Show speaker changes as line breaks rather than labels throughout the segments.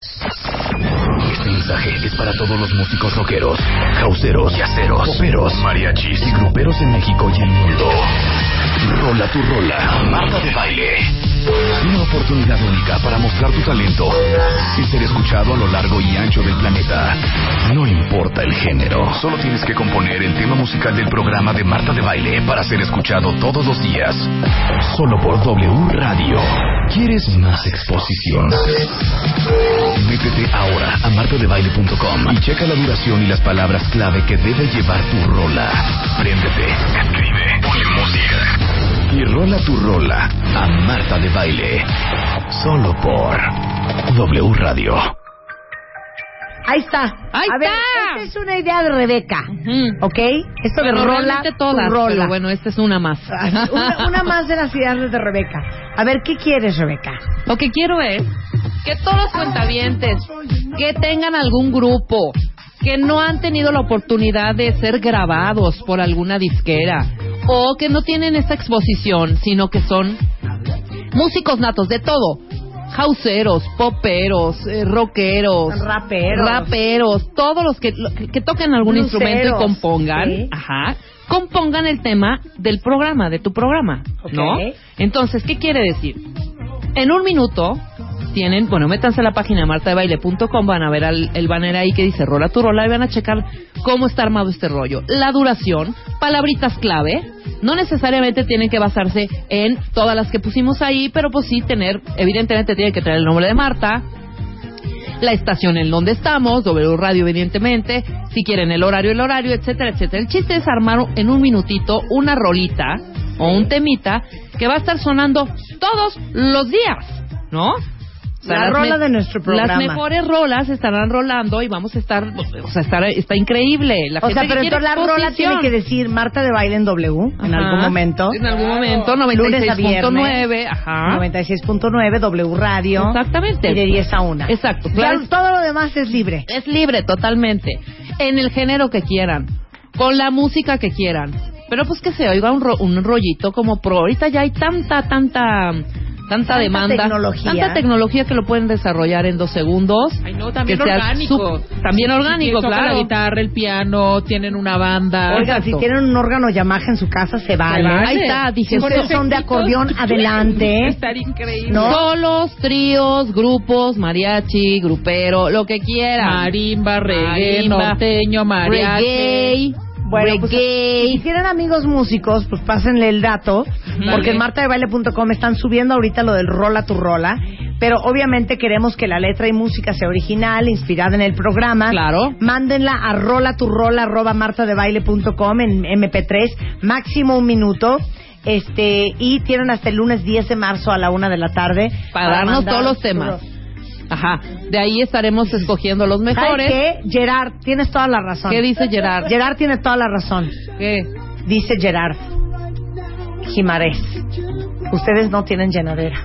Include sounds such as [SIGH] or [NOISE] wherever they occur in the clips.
Este mensaje es para todos los músicos rockeros, causeros, yaceros, poperos, mariachis y gruperos en México y el mundo. Rola tu rola, Marta de Baile. Una oportunidad única para mostrar tu talento y ser escuchado a lo largo y ancho del planeta. No importa el género, solo tienes que componer el tema musical del programa de Marta de Baile para ser escuchado todos los días. Solo por W Radio. ¿Quieres más exposición? Métete ahora a martadebaile.com y checa la duración y las palabras clave que debe llevar tu rola. Préndete, escribe, ponle música y rola tu rola a Marta de Baile. Solo por W Radio.
Ahí está.
Ahí
a ver,
está.
esta es una idea de Rebeca,
Ujú.
¿ok? Esto de
Mm. Bueno,
rola,
realmente
tu
todas,
rola.
pero bueno, esta es una más.
[LAUGHS] Una, una más de las ideas de Rebeca. A ver, ¿qué quieres, Rebeca?
[LAUGHS] Lo que quiero es que todos los cuentavientes que tengan algún grupo, que no han tenido la oportunidad de ser grabados por alguna disquera o que no tienen esa exposición, sino que son músicos natos de todo. Houseeros, poperos, eh, rockeros,
Raperos.
raperos, todos los que, lo- que toquen algún
Bluseros,
instrumento y compongan,
sí.
ajá, compongan el tema del programa, de tu programa, ¿no?
Ok.
Entonces, ¿qué quiere decir? En un minuto tienen, bueno, métanse a la página martadebaile.com, van a ver al- el banner ahí que dice rola tu rola y van a checar cómo está armado este rollo. La duración, palabritas clave, no necesariamente tienen que basarse en todas las que pusimos ahí, pero pues sí tener, evidentemente tiene que tener el nombre de Marta, la estación en donde estamos, W Radio evidentemente, si quieren el horario, el horario, etcétera, etcétera. El chiste es armar en un minutito una rolita o un temita que va a estar sonando todos los días, ¿no? O
La
las
rola
me-
de nuestro programa.
Las mejores rolas estarán rolando y vamos a estar, o sea, estar- está increíble. La
o sea,
gente
pero
que quiere
entonces la rola tiene
exposición.
que decir Marta de Baile en W en
Ajá.
algún momento.
En algún momento,
Lunes a
96.9,
viernes.
ajá.
96.9 W Radio.
Exactamente.
Y de 10 a 1.
Exacto,
Ya
claro.
todo lo demás es libre.
Es libre totalmente, en el género que quieran, con la música que quieran. Pero pues que se oiga un, ro- un rollito como pro. Ahorita ya hay tanta, tanta, tanta, demanda,
tecnología.
tanta tecnología que lo pueden desarrollar en dos segundos.
Ay, no, también
que sea
orgánico.
sup- también orgánico,
Sí, toca
claro.
la guitarra, el piano, tienen una banda.
Oigan, si
Exacto.
tienen un órgano Yamaha en su casa, se vale.
vale.
Ahí está,
Si
dije,
ustedes
so-
son de
[LAUGHS]
acordeón,
[LAUGHS]
adelante.
Estar increíble.
¿no?
solos, tríos, grupos, mariachi, grupero, lo que quieran.
Marimba, reggae,
Marimba,
norteño, mariachi.
reggae,
Bueno, pues,
reggae.
si tienen amigos músicos, pues pásenle el dato, porque
Vale.
en martadebaile.com están subiendo ahorita lo del rola tu rola, pero obviamente queremos que la letra y música sea original, inspirada en el programa.
Claro.
Mándenla a rola tu rola arroba martadebaile.com en MP3, máximo un minuto. Este, y tienen hasta el lunes 10 de marzo a la una de la tarde
Para darnos
mandar
todos los
su-
temas. Ajá. De ahí estaremos escogiendo los
¿Sabes
mejores.
qué? Gerard, tienes toda la razón.
¿Qué dice Gerard?
Gerard tiene toda la razón.
¿Qué?
Dice Gerard Jimarés, ustedes no tienen llenadera.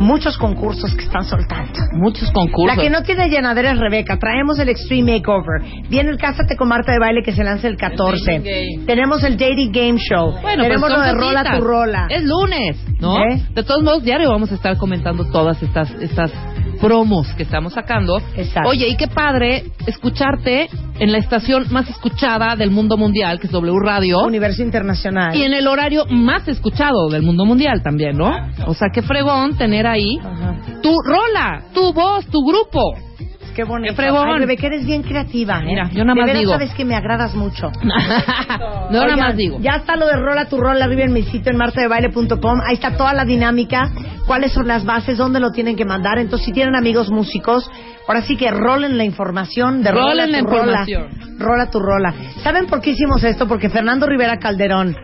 Muchos concursos que están soltando.
Muchos concursos.
La que no tiene llenadera es Rebeca. Traemos el Extreme Makeover. Viene el Cásate con Marta de Baile que se lanza el 14.
El Dating Game.
Tenemos el Dating Game Show.
Bueno,
Tenemos
pues,
lo
son
de Rola
cositas.
tu Rola.
Es lunes, ¿no?
¿Eh?
De todos modos, diario vamos a estar comentando todas estas, estas promos que estamos sacando.
Exacto.
Oye, y qué padre escucharte en la estación más escuchada del mundo mundial, que es W Radio.
Universo Internacional.
Y en el horario más escuchado del mundo mundial también, ¿no? O sea, qué fregón tener ahí
Ajá.
tu rola, tu voz, tu grupo. [LAUGHS]
Qué bonito.
Qué fregón.
Ay, Rebeca, eres bien creativa. ¿eh?
Mira, yo nada
De
más
veras
digo.
sabes que me agradas mucho.
no, nada
Oigan,
más digo.
Ya está lo de Rola tu Rola arriba en mi sitio en martadebaile.com. Ahí está toda la dinámica, cuáles son las bases, dónde lo tienen que mandar. Entonces, si tienen amigos músicos, ahora sí que rolen la información de Rola
Rolen la
tu Rola.
información.
Rola tu Rola. ¿Saben por qué hicimos esto? Porque Fernando Rivera Calderón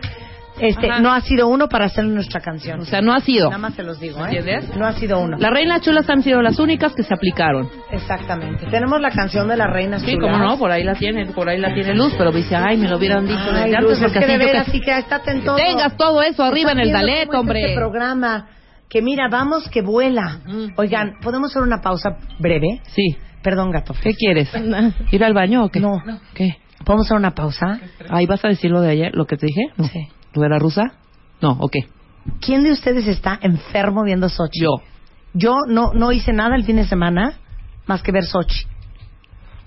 Este,
Ajá.
no ha sido uno para hacer nuestra canción.
O sea, no ha sido.
Nada más se los digo, ¿eh?
¿Entiendes?
No ha sido uno.
Las reinas chulas han sido las únicas que se aplicaron.
Exactamente. Tenemos la canción de la reina ¿eh?
Sí, como no, por ahí la tiene, por ahí la tiene Luz, pero dice, ay, me lo hubieran dicho
Ay,
desde
Luz,
antes
es
porque
que de
así yo
veras,
que-
sí que estate en todo.
Tengas todo eso arriba en el
Viendo
dalet,
cómo es
hombre.
Este programa que mira, vamos que vuela.
Ujú.
Oigan, ¿podemos hacer una pausa breve?
Sí.
Perdón, gato.
¿Qué
[LAUGHS]
quieres? ¿Ir al baño o qué?
No.
¿Qué?
¿Podemos hacer una pausa?
¿Ahí vas a decir lo de ayer, lo que te dije? No.
Sí.
¿Lo de la rusa? No, ¿o qué?
¿Quién de ustedes está enfermo viendo Sochi?
Yo.
Yo no, no hice nada el fin de semana más que ver Sochi.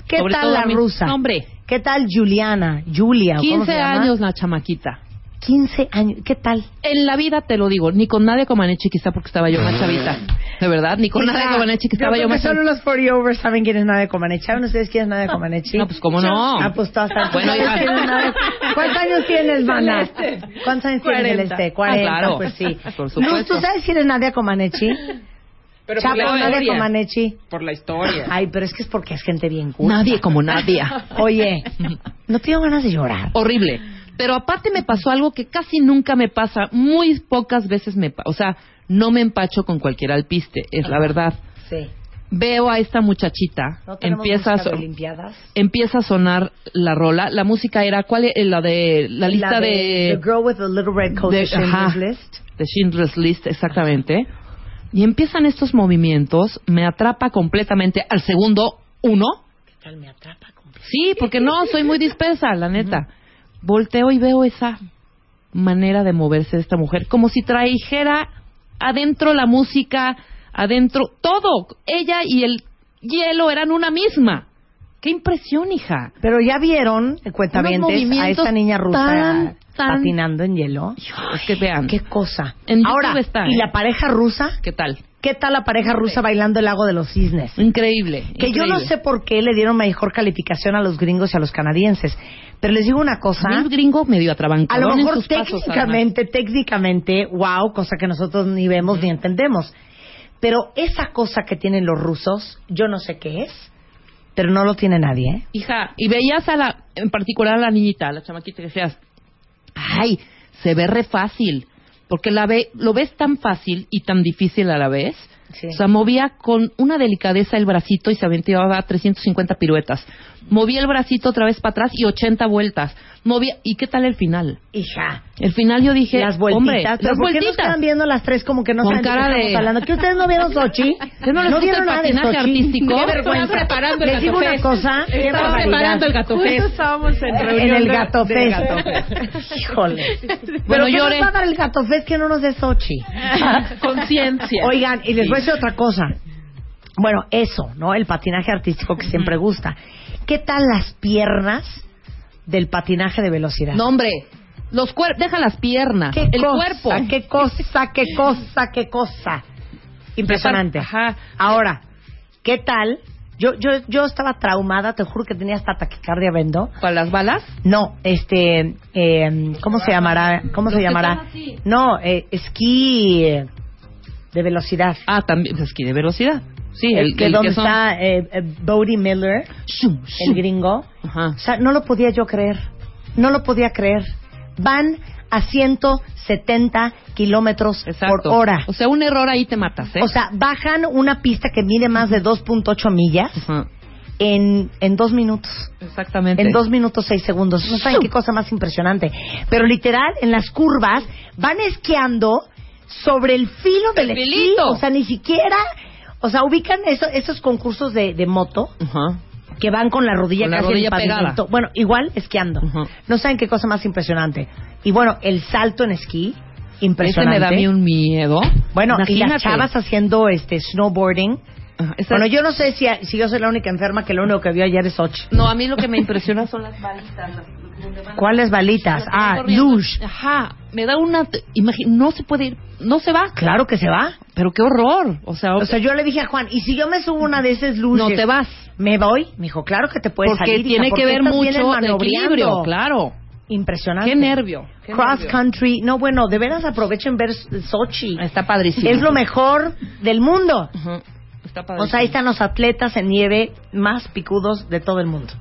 ¿Qué
Sobre
tal
todo
la
a mí.
rusa?
No, hombre.
¿Qué tal Juliana? Julia. ¿o cómo
15
se llama?
años la chamaquita.
15 años. ¿Qué tal?
En la vida te lo digo, ni con nadie Comaneci quizá porque estaba yo más
Ah.
chavita. De verdad, ni con nadie
Hija,
Comaneci que
yo
estaba
creo
yo
que
más
solo
chavita.
los 40 overs saben quién es Nadia Comaneci. ¿Saben ustedes quién es Nadia Comaneci?
No, pues, ¿cómo no?
Ah, pues, todas saben.
Bueno, hija.
¿Quién es Nadia? ¿Cuántos años tienes, Mana? ¿Cuántos años tienes,
40.
Celeste? 40,
Ah, claro.
pues sí.
[LAUGHS] Por supuesto. pues,
Luz, ¿tú sabes quién es Nadia Comaneci?
Pero
Chapo,
por la
Nadia
historia.
Comaneci.
Por la historia.
Ay, pero es que es porque es gente bien cool.
Nadie como nadie.
[LAUGHS] Oye, no tengo ganas de llorar.
horrible. Pero aparte me pasó algo que casi nunca me pasa, muy pocas veces me pasa, o sea, no me empacho con cualquier alpiste, es la verdad.
Sí.
Veo a esta muchachita,
No tenemos
empieza a,
música de
so-
Olimpiadas.
empieza a sonar la rola, la música era, ¿cuál es la de la lista
La
de,
The Girl with the Little Red Coat
de-
de Schindler's
ajá,
List.
de Schindler's List, exactamente. Y empiezan estos movimientos, me atrapa completamente al segundo uno.
¿Qué tal me atrapa? con-
Sí, porque no, soy muy dispersa, la neta. Volteo y veo esa manera de moverse de esta mujer, como si trajera adentro la música, adentro todo. Ella y el hielo eran una misma. ¡Qué impresión, hija!
Pero ya vieron, eh, cuentavientes, a
movimientos
esta niña rusa
tan, tan-
patinando en hielo.
Es que vean,
Qué cosa.
En YouTube
Ahora,
está,
¿y
¿eh?
la pareja rusa?
¿qué tal?
¿Qué tal la pareja rusa bailando el lago de los cisnes?
Increíble.
Que yo no
increíble.
sé por qué le dieron mejor calificación a los gringos y a los canadienses. Pero les digo una cosa.
A mí el gringo medio
A
atrabancadón
lo
en
mejor
sus pasos, además.
técnicamente, técnicamente, wow, cosa que nosotros ni vemos ni entendemos. Pero esa cosa que tienen los rusos, yo no sé qué es, pero no lo tiene nadie. ¿eh?
Hija, y veías a la, en particular a la niñita, a la chamaquita, que decías, ay, se ve re fácil, porque la ve, lo ves tan fácil y tan difícil a la vez.
Sí.
O sea, movía con una delicadeza el bracito y se aventaba 350 piruetas. Movía el bracito otra vez para atrás y 80 vueltas. Movía, ¿y qué tal el final?
Hija,
El final yo dije,
las vueltitas.
hombre,
pero
las
¿por qué nos
vueltitas.
quedan viendo las tres como que no
Con
saben de qué
cara de-
estamos hablando? ¿Que ustedes no vieron Sochi?
[LAUGHS] ¿Que no les gusta el patinaje artístico?
Qué vergüenza.
Estaban preparando el
Les digo una
Gatofest.
cosa, qué
Estaba
barbaridad.
preparando el gato fest. estábamos
En el gato fest. [LAUGHS] Híjole. Pero ¿qué
lloré.
nos va a dar el gato fest que no nos dé Sochi?
[LAUGHS]
Conciencia.
Oigan, y les voy a decir otra cosa. Bueno, eso, ¿no? El patinaje artístico que siempre gusta. ¿Qué tal las piernas del patinaje de velocidad?
No, hombre, los cuer- deja las piernas,
¿Qué
el
cosa,
cuerpo.
Qué cosa, qué cosa, qué cosa. Impresionante.
Ajá.
Ahora, ¿qué tal? Yo, yo, yo estaba traumada, te juro que tenía hasta taquicardia vendo.
¿Con las balas?
No, este, eh, ¿cómo se llamará? ¿Cómo se
Los que
llamará?
son así.
No, eh, esquí eh, de velocidad.
Ah, también, pues que de velocidad. Sí, el,
el, que
el
donde
que son-
está eh, eh, Bodie Miller,
Shum, shum. [LAUGHS]
el gringo.
Ajá.
O sea, no lo podía yo creer. No lo podía creer. Van a 170 kilómetros por
Exacto.
hora.
O sea, un error ahí te matas, ¿eh?
O sea, bajan una pista que mide más de 2.8 millas
Ajá.
en, en dos minutos.
Exactamente.
En dos minutos seis segundos. No saben qué cosa más impresionante. Pero literal, en las curvas van esquiando sobre el filo del
El
esquí.
filito.
O sea, ni siquiera... O sea, ubican eso- esos concursos de, de moto
Ajá.
que van con la rodilla
Con la
casi en el
rodilla pegada.
pavimento. Bueno, igual esquiando.
Ujú.
No saben qué cosa más impresionante. Y bueno, el salto en esquí,
Ese
impresionante.
me da a mí un miedo.
Bueno, y
Imagínate.
las chavas haciendo este snowboarding.
Ajá, esa-
Bueno, yo no sé si, si yo soy la única enferma que lo único que vio ayer es Ocho.
No, a mí lo que me impresiona son las balitas. las- donde van-
¿Cuáles balitas?
las que van
Ah,
corriendo.
luge.
Ajá. Me da una... imagi- No se puede ir... No se va.
Claro que se va.
Pero qué horror. O sea...
O sea, yo le dije a Juan, ¿y si yo me subo una de esas luces?
no te vas.
¿Me voy? Me dijo, claro que te puedes
Porque
salir. hija,
tiene
porque
que ver
estas vienen
mucho el
maniobriando.
equilibrio. Claro.
Impresionante.
Qué nervio. qué
Cross
nervio.
country. No, bueno, de veras aprovechen ver Sochi.
Está padrísimo.
es lo mejor del mundo.
Ujú. Está padrísimo.
O sea, ahí están los atletas en nieve más picudos de todo el mundo.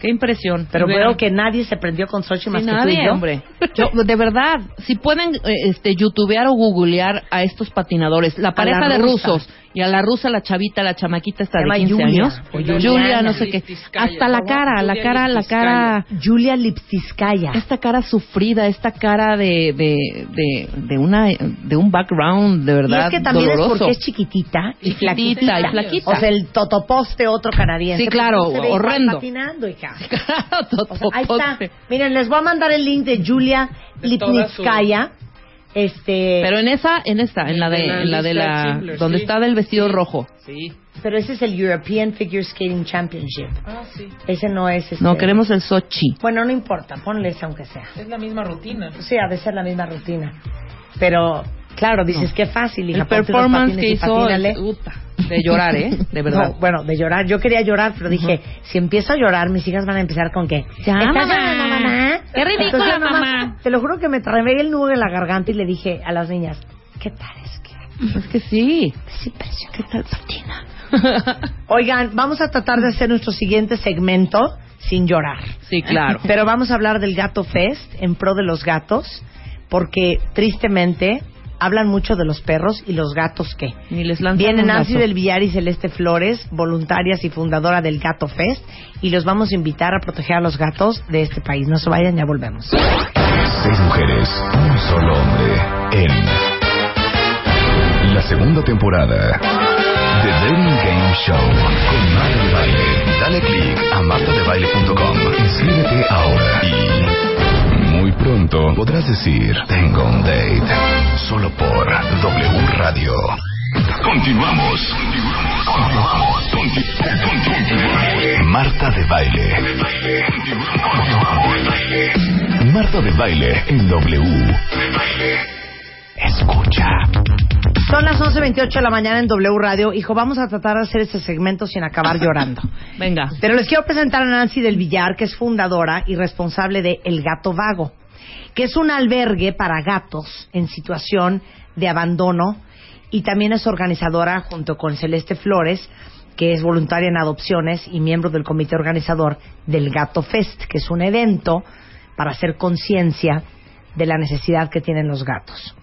Qué impresión.
Pero
Y
veo
vean.
que nadie se prendió con Sochi más
Sí,
que tú
nadie,
y yo.
hombre. Yo, de verdad, si pueden eh, este, youtubear o googlear a estos patinadores, la pareja
la
de
rusa.
rusos y a la rusa, la chavita, la chamaquita esta
Se llama
de 15
Julia,
años,
o
Julia,
Juliana.
no sé qué,
Lipskaya,
hasta la
¿cómo?
cara, la
Julia
cara, la cara,
Julia Lipsiskaya.
esta cara sufrida, esta cara de, de, de, de una, de un background de
Y
verdad
es que también
doloroso.
es porque es chiquitita y
Chiquitita y
flaquita.
flaquita.
O sea, el totoposte otro canadiense.
Sí, claro,
¿Cómo se ve
horrendo.
patinando, hija.
[LAUGHS]
O sea, ahí está.
Totopote.
Miren, les voy a mandar el link de Julia
De toda su-
Lipnitskaya. Este, pero,
Pero en esa, en esta, en la de, en la de la, donde está del vestido rojo.
Sí.
ese es el European Figure Skating Championship.
Ah, sí.
Ese no es. Este,
No, queremos el Sochi.
Bueno, no importa, ponle ese aunque sea.
Es la misma rutina.
Sí, a veces la misma rutina. Pero, claro, dices
No.
que fácil, hija.
el
ponte los
performance
patines
que
y
hizo
patínale.
es- puta, de llorar, ¿eh? De verdad.
[LAUGHS] No, bueno, de llorar. Yo quería llorar, pero dije, si empiezo a llorar, mis hijas van a empezar con que...
Ya,
"¿Estás
mamá.
llorando, mamá?".
Qué ridícula,
Entonces, yo nomás-
mamá.
Te lo juro que me trabé el nudo en la garganta y le dije a las niñas, ¿qué tal es que...?
Es que sí.
Es impresionante. ¿Qué tal patina?
[LAUGHS]
Oigan, vamos a tratar de hacer nuestro siguiente segmento sin llorar.
Sí, claro.
Pero vamos a hablar del Gato Fest en pro de los gatos, porque tristemente hablan mucho de los perros y los gatos qué.
Ni les lanzan
Viene
un
Nancy
lazo.
del Villar y Celeste Flores, voluntarias y fundadora del Gato Fest, y los vamos a invitar a proteger a los gatos de este país. No se vayan, ya volvemos.
Seis mujeres, un solo hombre. En la segunda temporada de Dating Game Show con Marta de Baile. Dale click a martadebaile.com. Inscríbete ahora y muy pronto podrás decir Tengo un date. Solo por W Radio. Continuamos. Continuamos. Marta de Baile. Marta de Baile en W. Escucha.
Son las 11.28 de la mañana en W Radio. Hijo, vamos a tratar de hacer este segmento sin acabar
[LAUGHS]
llorando.
Venga.
Pero les quiero presentar a Nancy del Villar, que es fundadora y responsable de El Gato Vago, que es un albergue para gatos en situación de abandono y también es organizadora junto con Celeste Flores, que es voluntaria en adopciones y miembro del comité organizador del Gato Fest, que es un evento para hacer conciencia de la necesidad que tienen los gatos.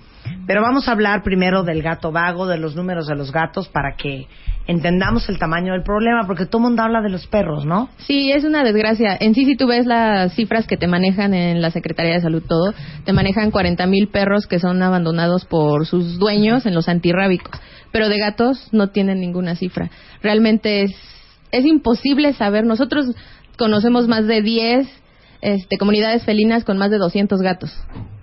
Pero vamos a hablar primero del gato vago, de los números de los gatos, para que entendamos el tamaño del problema, porque todo el mundo habla de los perros, ¿no?
Sí, es una desgracia. En sí, si tú ves las cifras que te manejan en la Secretaría de Salud, todo, te manejan 40 mil perros que son abandonados por sus dueños en los antirrábicos. Pero de gatos no tienen ninguna cifra. Realmente es, es imposible saber. Nosotros conocemos más de 10 este, comunidades felinas con más de 200 gatos.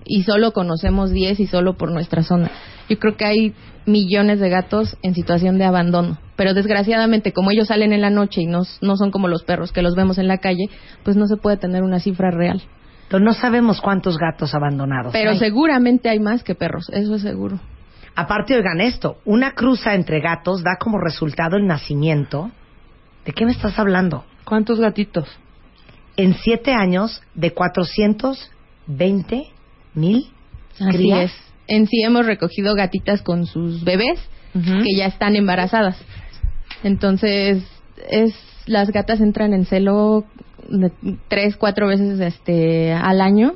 Y solo conocemos 10 y solo por nuestra zona. Yo creo que hay millones de gatos en situación de abandono. Pero desgraciadamente, como ellos salen en la noche y no, no son como los perros que los vemos en la calle, pues no se puede tener una cifra real.
Entonces no sabemos cuántos gatos abandonados.
Pero
hay.
seguramente hay más que perros, eso es seguro.
Aparte, oigan esto, una cruza entre gatos da como resultado el nacimiento. ¿De qué me estás hablando?
¿Cuántos gatitos?
En siete años, de 420 mil
Así
crías.
es. En sí hemos recogido gatitas con sus bebés
Ujú.
que ya están embarazadas. Entonces, es las gatas entran en celo de- tres, cuatro veces este al año.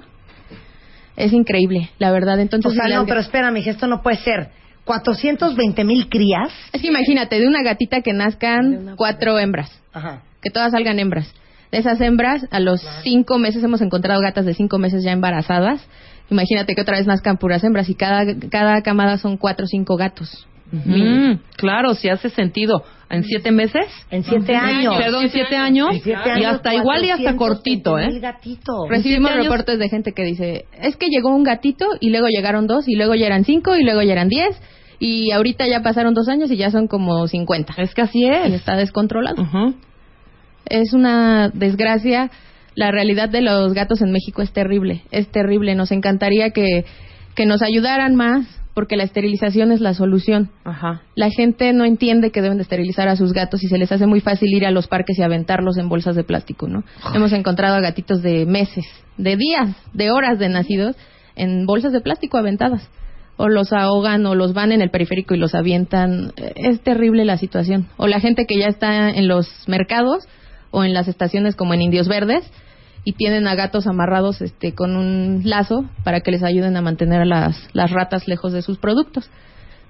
Es increíble, la verdad. Entonces,
O sea,
si las
no,
ga-
pero espérame, dije, esto no puede ser. 420 mil crías.
es que imagínate, de una gatita que nazcan cuatro hembras,
Ajá.
que todas salgan hembras. De esas hembras, a los cinco meses hemos encontrado gatas de cinco meses ya embarazadas. Imagínate que otra vez nazcan puras hembras y cada, cada camada son cuatro o cinco gatos. Mm.
Mm, claro, si hace sentido. ¿En siete meses?
En siete años.
Perdón, siete años.
En siete
y
años,
hasta igual y
420,000
hasta cortito, ¿eh?
gatitos.
Recibimos
años-
reportes de gente que dice, es que llegó un gatito y luego llegaron dos y luego ya eran cinco y luego ya eran diez y ahorita ya pasaron dos años y ya son como cincuenta.
Es que así
Y
es.
está descontrolado.
Ujú.
Es una desgracia. La realidad de los gatos en México es terrible, es terrible. Nos encantaría que, que nos ayudaran más porque la esterilización es la solución.
Ajá.
La gente no entiende que deben de esterilizar a sus gatos y se les hace muy fácil ir a los parques y aventarlos en bolsas de plástico, ¿no? Hemos encontrado a gatitos de meses, de días, de horas de nacidos en bolsas de plástico aventadas. O los ahogan o los van en el periférico y los avientan. Eh, Es terrible la situación. O la gente que ya está en los mercados o en las estaciones como en Indios Verdes y tienen a gatos amarrados este con un lazo para que les ayuden a mantener a las, las ratas lejos de sus productos.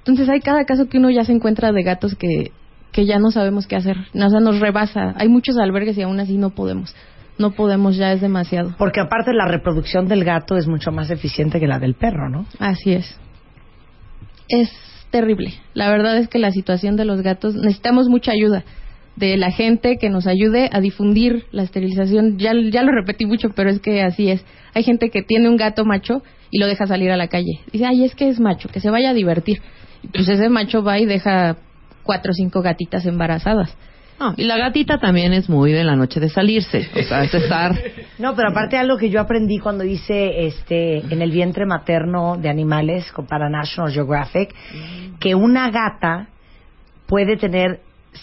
Entonces hay cada caso que uno ya se encuentra de gatos que, que ya no sabemos qué hacer. O sea, nos rebasa. Hay muchos albergues y aún así no podemos. No podemos, ya es demasiado.
Porque aparte la reproducción del gato es mucho más eficiente que la del perro, ¿no?
Así es. Es terrible. La verdad es que la situación de los gatos necesitamos mucha ayuda de la gente que nos ayude a difundir la esterilización. Ya, ya lo repetí mucho, pero es que así es. Hay gente que tiene un gato macho y lo deja salir a la calle. Dice, ay, es que es macho, que se vaya a divertir. Y Pues ese macho va y deja cuatro o cinco gatitas embarazadas.
No, Ah, y la gatita también es muy de la noche de salirse. O sea, es estar.
No, pero aparte algo que yo aprendí cuando hice este en el vientre materno de animales con- para National Geographic,
Mm.
que una gata puede tener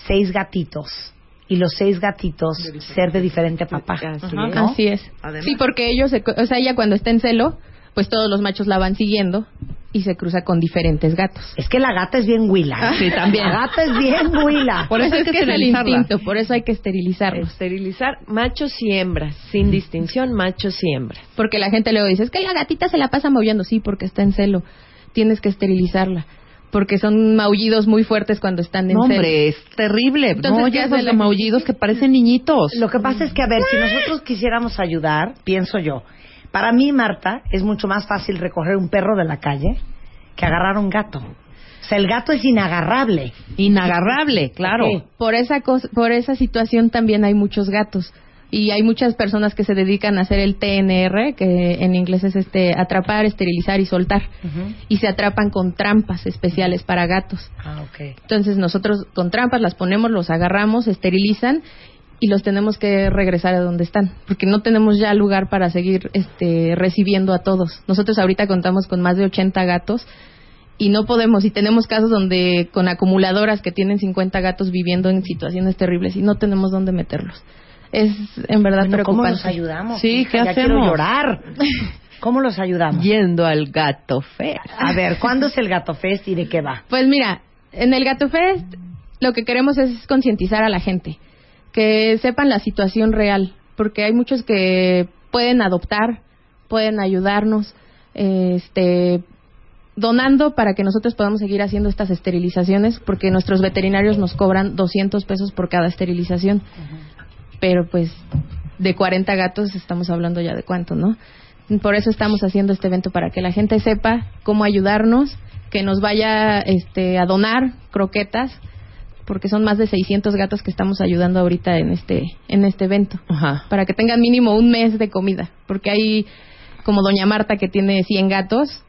seis gatitos y los seis gatitos ser de diferente papá.
Ajá.
¿no?
Así es.
Además.
Sí, porque ellos, se co- o sea, ella cuando está en celo, pues todos los machos la van siguiendo y se cruza con diferentes gatos.
Es que la gata es bien huila. ¿eh?
Sí, también.
La gata es bien huila.
Por eso Ah, pues hay
es
que
que es el
esterilizarla.
instinto, por eso hay que esterilizarlos.
Esterilizar machos y hembras, sin distinción, machos y hembras.
Porque la gente luego dice, es que la gatita se la pasa maullando. Sí, porque está en celo. Tienes que esterilizarla. Porque son maullidos muy fuertes cuando están en
No,
celo.
hombre, es terrible.
Entonces,
no,
ya
ya
es
esos
de la-
maullidos que parecen niñitos.
Lo que pasa es que, a ver, si nosotros quisiéramos ayudar, pienso yo, para mí, Marta, es mucho más fácil recoger un perro de la calle que agarrar un gato. O sea, el gato es inagarrable.
Inagarrable, claro.
Sí.
Por esa, cos- por esa situación también hay muchos gatos. Y hay muchas personas que se dedican a hacer el TNR, que en inglés es este atrapar, esterilizar y soltar. Y se atrapan con trampas especiales para gatos.
Ah, ok.
Entonces nosotros con trampas las ponemos, los agarramos, esterilizan y los tenemos que regresar a donde están, porque no tenemos ya lugar para seguir este, recibiendo a todos. Nosotros ahorita contamos con más de 80 gatos y no podemos, y tenemos casos donde con acumuladoras que tienen 50 gatos viviendo en situaciones terribles y no tenemos dónde meterlos. Es en verdad
Bueno, ¿Cómo
preocupante.
los ayudamos?
Sí,
hija?
¿qué
ya quiero
hacemos?
llorar. ¿Cómo los
[LAUGHS]
ayudamos?
Yendo al gato feo.
A ver, ¿cuándo es el Gato Fest y de qué va?
Pues mira, en el Gato Fest lo que queremos es concientizar a la gente, que sepan la situación real, porque hay muchos que pueden adoptar, pueden ayudarnos, este, donando para que nosotros podamos seguir haciendo estas esterilizaciones, porque nuestros veterinarios nos cobran 200 pesos por cada esterilización. Pero pues de 40 gatos estamos hablando ya de cuánto, ¿no? Por eso estamos haciendo este evento para que la gente sepa cómo ayudarnos, que nos vaya este, a donar croquetas, porque son más de 600 gatos que estamos ayudando ahorita en este en este evento,
Ajá.
para que tengan mínimo un mes de comida, porque hay como doña Marta que tiene 100 gatos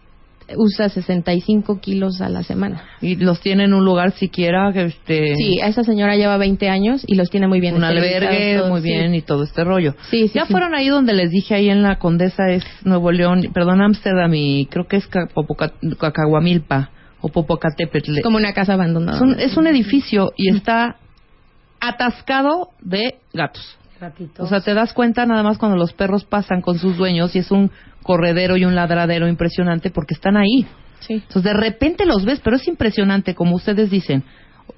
usa 65 kilos a la semana.
Y los tiene en un lugar siquiera que este.
Sí, esa señora lleva 20 años y los tiene muy bien.
un
esterilizados
albergue,
todos,
muy
sí.
bien, y todo este rollo.
Sí, sí,
ya
sí.
fueron ahí donde les dije, ahí en la Condesa es Nuevo León, perdón, Ámsterdam y creo que es Ca- Popoca- Cacahuamilpa o Popocatépetl.
Es como una casa abandonada.
Es un, es un edificio y está atascado de gatos. O sea, te das cuenta nada más cuando los perros pasan con sus dueños y es un corredero y un ladradero impresionante porque están ahí.
Sí.
Entonces, de repente los ves, pero es impresionante, como ustedes dicen.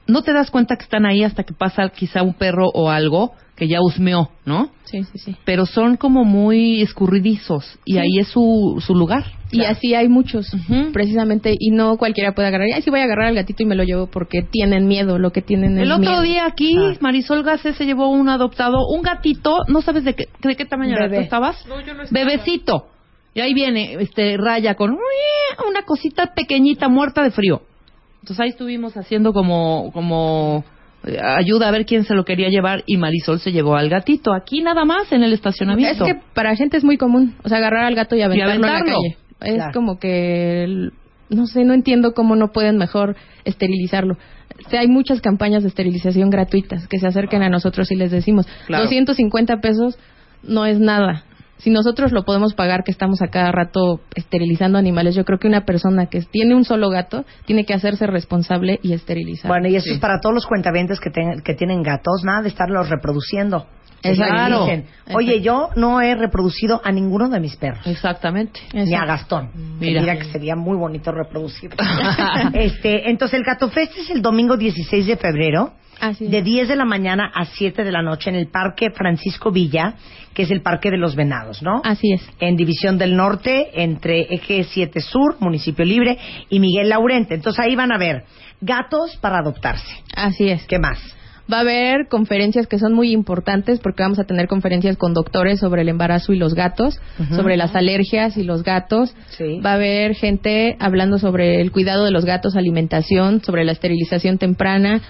No te das cuenta que están ahí hasta que pasa quizá un perro o algo que ya husmeó, ¿no?
Sí, sí, sí.
Pero son como muy escurridizos y ahí es su, su lugar.
Y así hay muchos,
Ujú.
precisamente, y no cualquiera puede agarrar. Ay, sí voy a agarrar al gatito y me lo llevo porque tienen miedo, lo que tienen es
El otro
miedo.
día aquí,
Ah.
Marisol Gacé se llevó un adoptado, un gatito, no sabes de qué, de qué tamaño era,
Bebé.
¿tú estabas?
No, yo no estaba.
Bebecito. Y ahí viene, este, Raya con una cosita pequeñita muerta de frío. Entonces ahí estuvimos haciendo como, como eh, ayuda a ver quién se lo quería llevar y Marisol se llevó al gatito. Aquí nada más en el
Es
estacionamiento.
que para gente es muy común, o sea, agarrar al gato y aventarlo,
aventarlo.
a la calle. Es
Claro.
como que, el- no sé, no entiendo cómo no pueden mejor esterilizarlo. O sea, hay muchas campañas de esterilización gratuitas que se acerquen a nosotros y les decimos,
Claro.
250 pesos no es nada. Si nosotros lo podemos pagar, que estamos a cada rato esterilizando animales, yo creo que una persona que tiene un solo gato tiene que hacerse responsable y esterilizar.
Bueno, y eso es para todos los cuentavientes que, ten- que tienen gatos, nada de estarlos reproduciendo. Ellos
Claro.
dicen, oye, yo no he reproducido a ninguno de mis perros.
Exactamente.
Ni a
Exacto.
Gastón. Mira.
Mira.
que sería muy bonito reproducir. este, entonces, el Gato Fest es el domingo 16 de febrero,
Así es.
de 10 de la mañana a 7 de la noche, en el Parque Francisco Villa, que es el Parque de los Venados, ¿no?
Así es.
en División del Norte, entre Eje 7 Sur, Municipio Libre, y Miguel Laurente. Entonces ahí van a ver gatos para adoptarse.
Así es.
¿Qué más?
Va a haber conferencias que son muy importantes porque vamos a tener conferencias con doctores sobre el embarazo y los gatos,
Ujú.
sobre las alergias y los gatos.
Sí.
Va a haber gente hablando sobre el cuidado de los gatos, alimentación, sobre la esterilización temprana.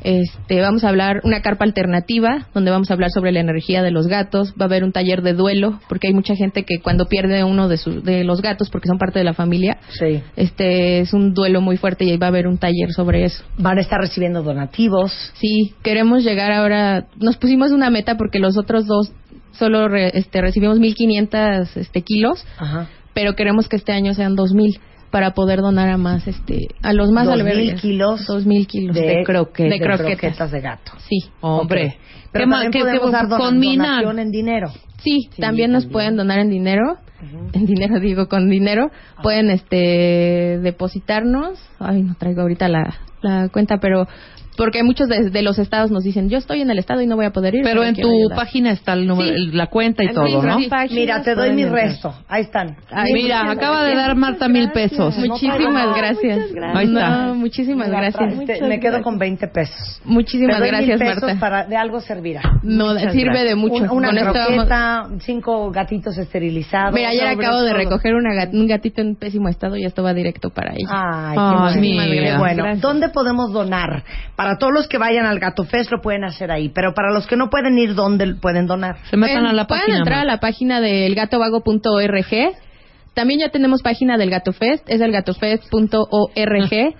Este, vamos a hablar una carpa alternativa donde vamos a hablar sobre la energía de los gatos. Va a haber un taller de duelo porque hay mucha gente que cuando pierde uno de, sus- de los gatos porque son parte de la familia,
Sí.
este es un duelo muy fuerte y ahí va a haber un taller sobre eso.
Van a estar recibiendo donativos.
Sí, queremos llegar ahora. Nos pusimos una meta porque los otros dos solo re- este, recibimos 1.500 este, kilos,
Ajá.
pero queremos que este año sean 2.000 para poder donar a más, este, a los más
2,000
albergues.
kilos
2.000 kilos
de,
croquetas.
de
De croquetas.
croquetas de gato.
Sí.
Hombre.
Ok. Pero
¿Qué más?
también
¿Qué- qué
podemos dar don-
combinar?
donación en dinero.
Sí,
Sí,
también nos
también.
pueden donar en dinero. En dinero digo, con dinero.
Ah.
Pueden este depositarnos. Ay, no traigo ahorita la, la cuenta, pero porque muchos de, de los estados nos dicen, yo estoy en el estado y no voy a poder ir.
Pero en
quiero
tu
ayudar".
página está el número,
Sí.
el- la cuenta y
En
todo,
mis
¿no?
redes páginas
Mira, te doy
pueden
mi
entrar.
resto. Ahí están.
Ay,
Mira,
muchas
acaba de
gracias.
dar Marta mil pesos.
No,
Pues, Muchísimas gracias.
Ahí está.
No, muchísimas
Mira,
gracias.
tra- te- este, me quedo con 20 pesos.
Muchísimas
Te doy mil
gracias,
pesos
Marta.
para de algo servirá.
No, sirve de mucho.
Un- una
Con esto vamos-
croqueta, cinco gatitos esterilizados.
Mira, ayer
sobre
acabo de
todo.
recoger una gat- un gatito en pésimo estado y esto va directo para ella.
Ay, qué
Ay,
bueno.
mira.
Qué bueno.
Gracias.
¿Dónde podemos donar? Para todos los que vayan al Gato Fest lo pueden hacer ahí, pero para los que no pueden ir, ¿dónde pueden donar?
Se metan
En-
a la
pueden
página.
entrar a
Marta.
la página del gatovago.org. También ya tenemos página del Gato Fest, es el gatofest.org.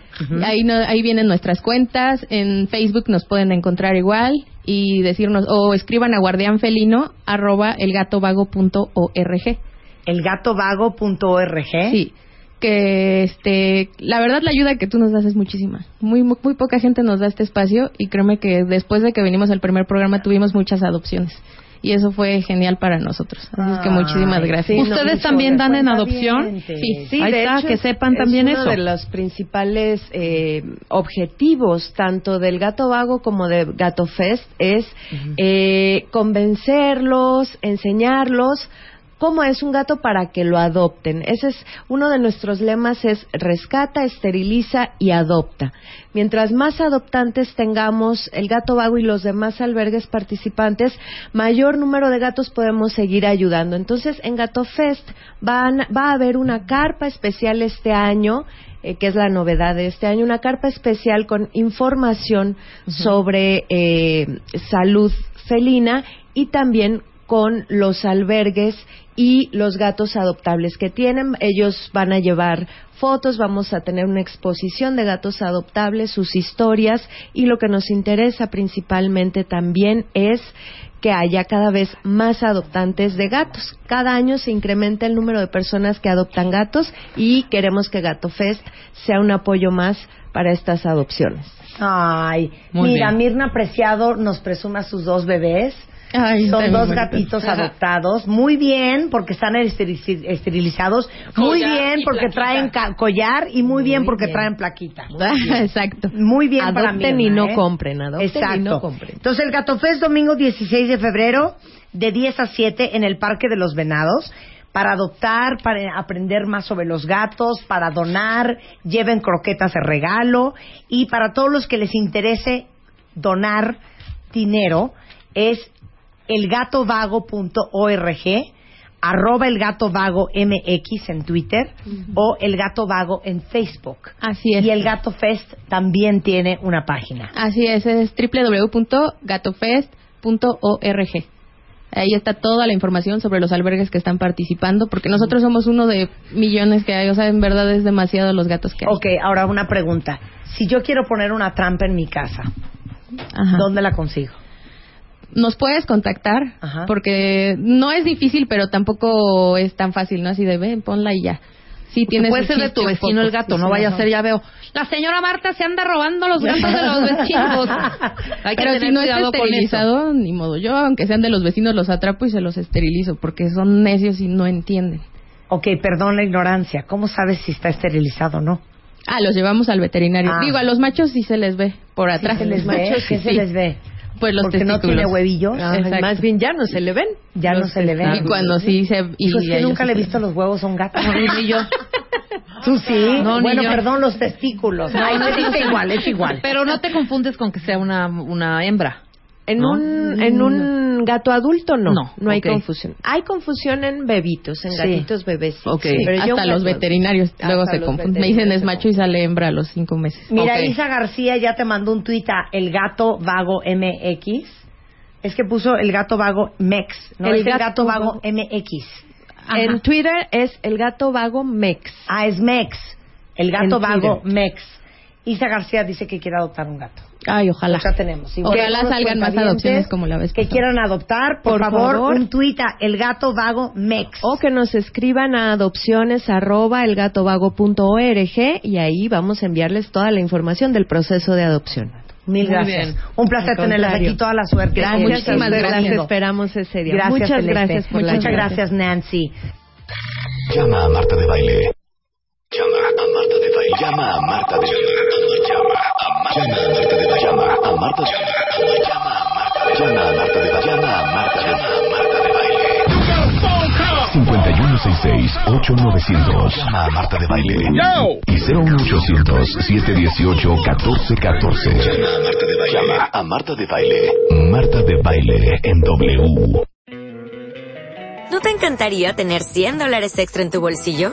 ahí, no- ahí vienen nuestras cuentas, en Facebook nos pueden encontrar igual y decirnos, o escriban a guardianfelino arroba elgatovago.org.
Elgatovago.org.
¿Eh?
Sí, que este, la verdad la ayuda que tú nos das es muchísima. Muy, muy, muy poca gente nos da este espacio y créeme que después de que venimos al primer programa tuvimos muchas adopciones y eso fue genial para nosotros. Así es que muchísimas
Ay,
gracias.
sí, no,
¿Ustedes
mucho
también
de
dan en
cuenta
adopción?
viente.
Sí,
Ahí
de
está,
hecho,
que
es-
sepan
es
también
uno
eso.
de los principales eh, objetivos, tanto del Gato Vago como de Gato Fest, es eh, convencerlos, enseñarlos cómo es un gato para que lo adopten. Ese es uno de nuestros lemas es rescata, esteriliza y adopta. Mientras más adoptantes tengamos el Gato Vago y los demás albergues participantes, mayor número de gatos podemos seguir ayudando. Entonces, en Gato Fest van- va a haber una carpa especial este año, eh, que es la novedad de este año, una carpa especial con información sobre eh, salud felina y también con los albergues y los gatos adoptables que tienen. Ellos van a llevar fotos, vamos a tener una exposición de gatos adoptables, sus historias y lo que nos interesa principalmente también es que haya cada vez más adoptantes de gatos. Cada año se incrementa el número de personas que adoptan gatos y queremos que Gato Fest sea un apoyo más para estas adopciones.
Ay,
Muy
mira,
bien.
Mirna Preciado nos presuma sus dos bebés.
Ay,
Son
también
dos
muy [LAUGHS]
gatitos
bien.
adoptados. Muy bien, porque están esteri- esterilizados. Muy
Collar
bien,
y
porque
plaquita.
traen ca- collar. Y muy, bien, porque traen plaquita.
Exacto.
Muy bien para
adopten
Mirna,
y no
¿eh?
compren, adopten
Exacto.
y no compren.
Entonces, el Gato Fest domingo 16 de febrero, de 10 a 7, en el Parque de los Venados. Para adoptar, para aprender más sobre los gatos, para donar, lleven croquetas de regalo. Y para todos los que les interese donar dinero, es elgatovago.org arroba elgatovago mx en Twitter o elgatovago en Facebook.
Así es.
Y el Gato Fest también tiene una página.
Así es, es www.gatofest.org. Ahí está toda la información sobre los albergues que están participando, porque nosotros somos uno de millones que hay, o sea, en verdad es demasiado los gatos que hay.
Ok, ahora una pregunta. Si yo quiero poner una trampa en mi casa,
Ajá.
¿dónde la consigo?
Nos puedes contactar,
Ajá.
porque no es difícil, pero tampoco es tan fácil, ¿no? Así de, ven, ponla y ya. Sí, tiene
Puede
su
ser de
chiste
tu
un
vecino
poco,
el gato,
sí,
no
sí,
vaya a ser, ya veo. La señora Marta se anda robando los gatos de los vecinos. Hay que
Pero
tener
si no está
cuidado con eso.
esterilizado, ni modo. Yo, aunque sean de los vecinos, los atrapo y se los esterilizo porque son necios y no entienden.
Ok, perdón la ignorancia. ¿Cómo sabes si está esterilizado o no?
Ah, los llevamos al veterinario.
Ah.
Digo, a los machos sí se les ve por
¿Qué
atrás.
se les ve?
machos
¿Qué
sí.
se les ve?
Pues los
Porque no
testículos. Ah,
tiene huevillos.
Ay,
Exacto.
más bien ya no se le ven.
Ya no
Los
se le ven.
testículos. Y cuando sí se... Y
Hijo, Pues es que
ellos
nunca
sí [LAUGHS]
le he
se
visto los huevos a un
[LAUGHS]
gato.
No, ni yo.
¿Tú sí?
No, ni
bueno,
yo.
perdón, los testículos. Ay, pues
no,
es
no, no.
igual, es igual.
Pero no te confundes con que sea una, una hembra.
En
¿No?
un en
Mm,
un gato adulto no.
No,
No, hay
ok.
confusión. Hay confusión en bebitos, en
Sí.
gatitos bebés. sí,
Ok.
sí, pero yo
Hasta
un
los
gato-
veterinarios
Hasta
luego se
los
confunden. Me
veterinarios
dicen es
se
macho y sale hembra a los cinco meses.
Mira,
Ok.
Isa García ya te mandó un tuit a El Gato Vago MX. Es que puso El Gato Vago MEX, no
El
es El Gato
Gato
Vago MX.
Ajá.
En Twitter es el gato vago Mex.
Ah, es MEX. El Gato
En
Vago
Twitter.
MEX. Isa García dice que quiere adoptar un gato.
Ay, ojalá.
Ya tenemos. Y
Ojalá
bueno, los
salgan más
cuentavientes
adopciones como la vez
Que
pasada.
quieran adoptar, por,
Por
favor,
favor. Oh,
un tuit a El Gato Vago MEX.
O que nos escriban a adopciones arroba elgatovago.org y ahí vamos a enviarles toda la información del proceso de adopción.
Mil
Muy
gracias.
bien.
Un placer
Al
tenerlas
contrario.
aquí. Toda la suerte.
Gracias,
Muchas
muchísimas
gracias.
gracias.
Las esperamos ese día.
Gracias,
Muchas
Celeste.
gracias por la
Muchas
ayuda.
gracias, Nancy.
Llama a Marta de Baile. Llama a Marta de Baile. Llama a Marta de Baile. Llama a Marta de Baile. Llama a Marta de Baile. Llama a Marta de Baile. Llama a Marta de Baile. Llama a Marta de Baile. Llama a Marta de Baile. 5166-8900. Llama a Marta de Baile. Y 01800-718-1414. Llama a Marta de Baile. Llama a Marta de Baile. Marta de Baile en W.
¿No te encantaría tener 100 dólares extra en tu bolsillo?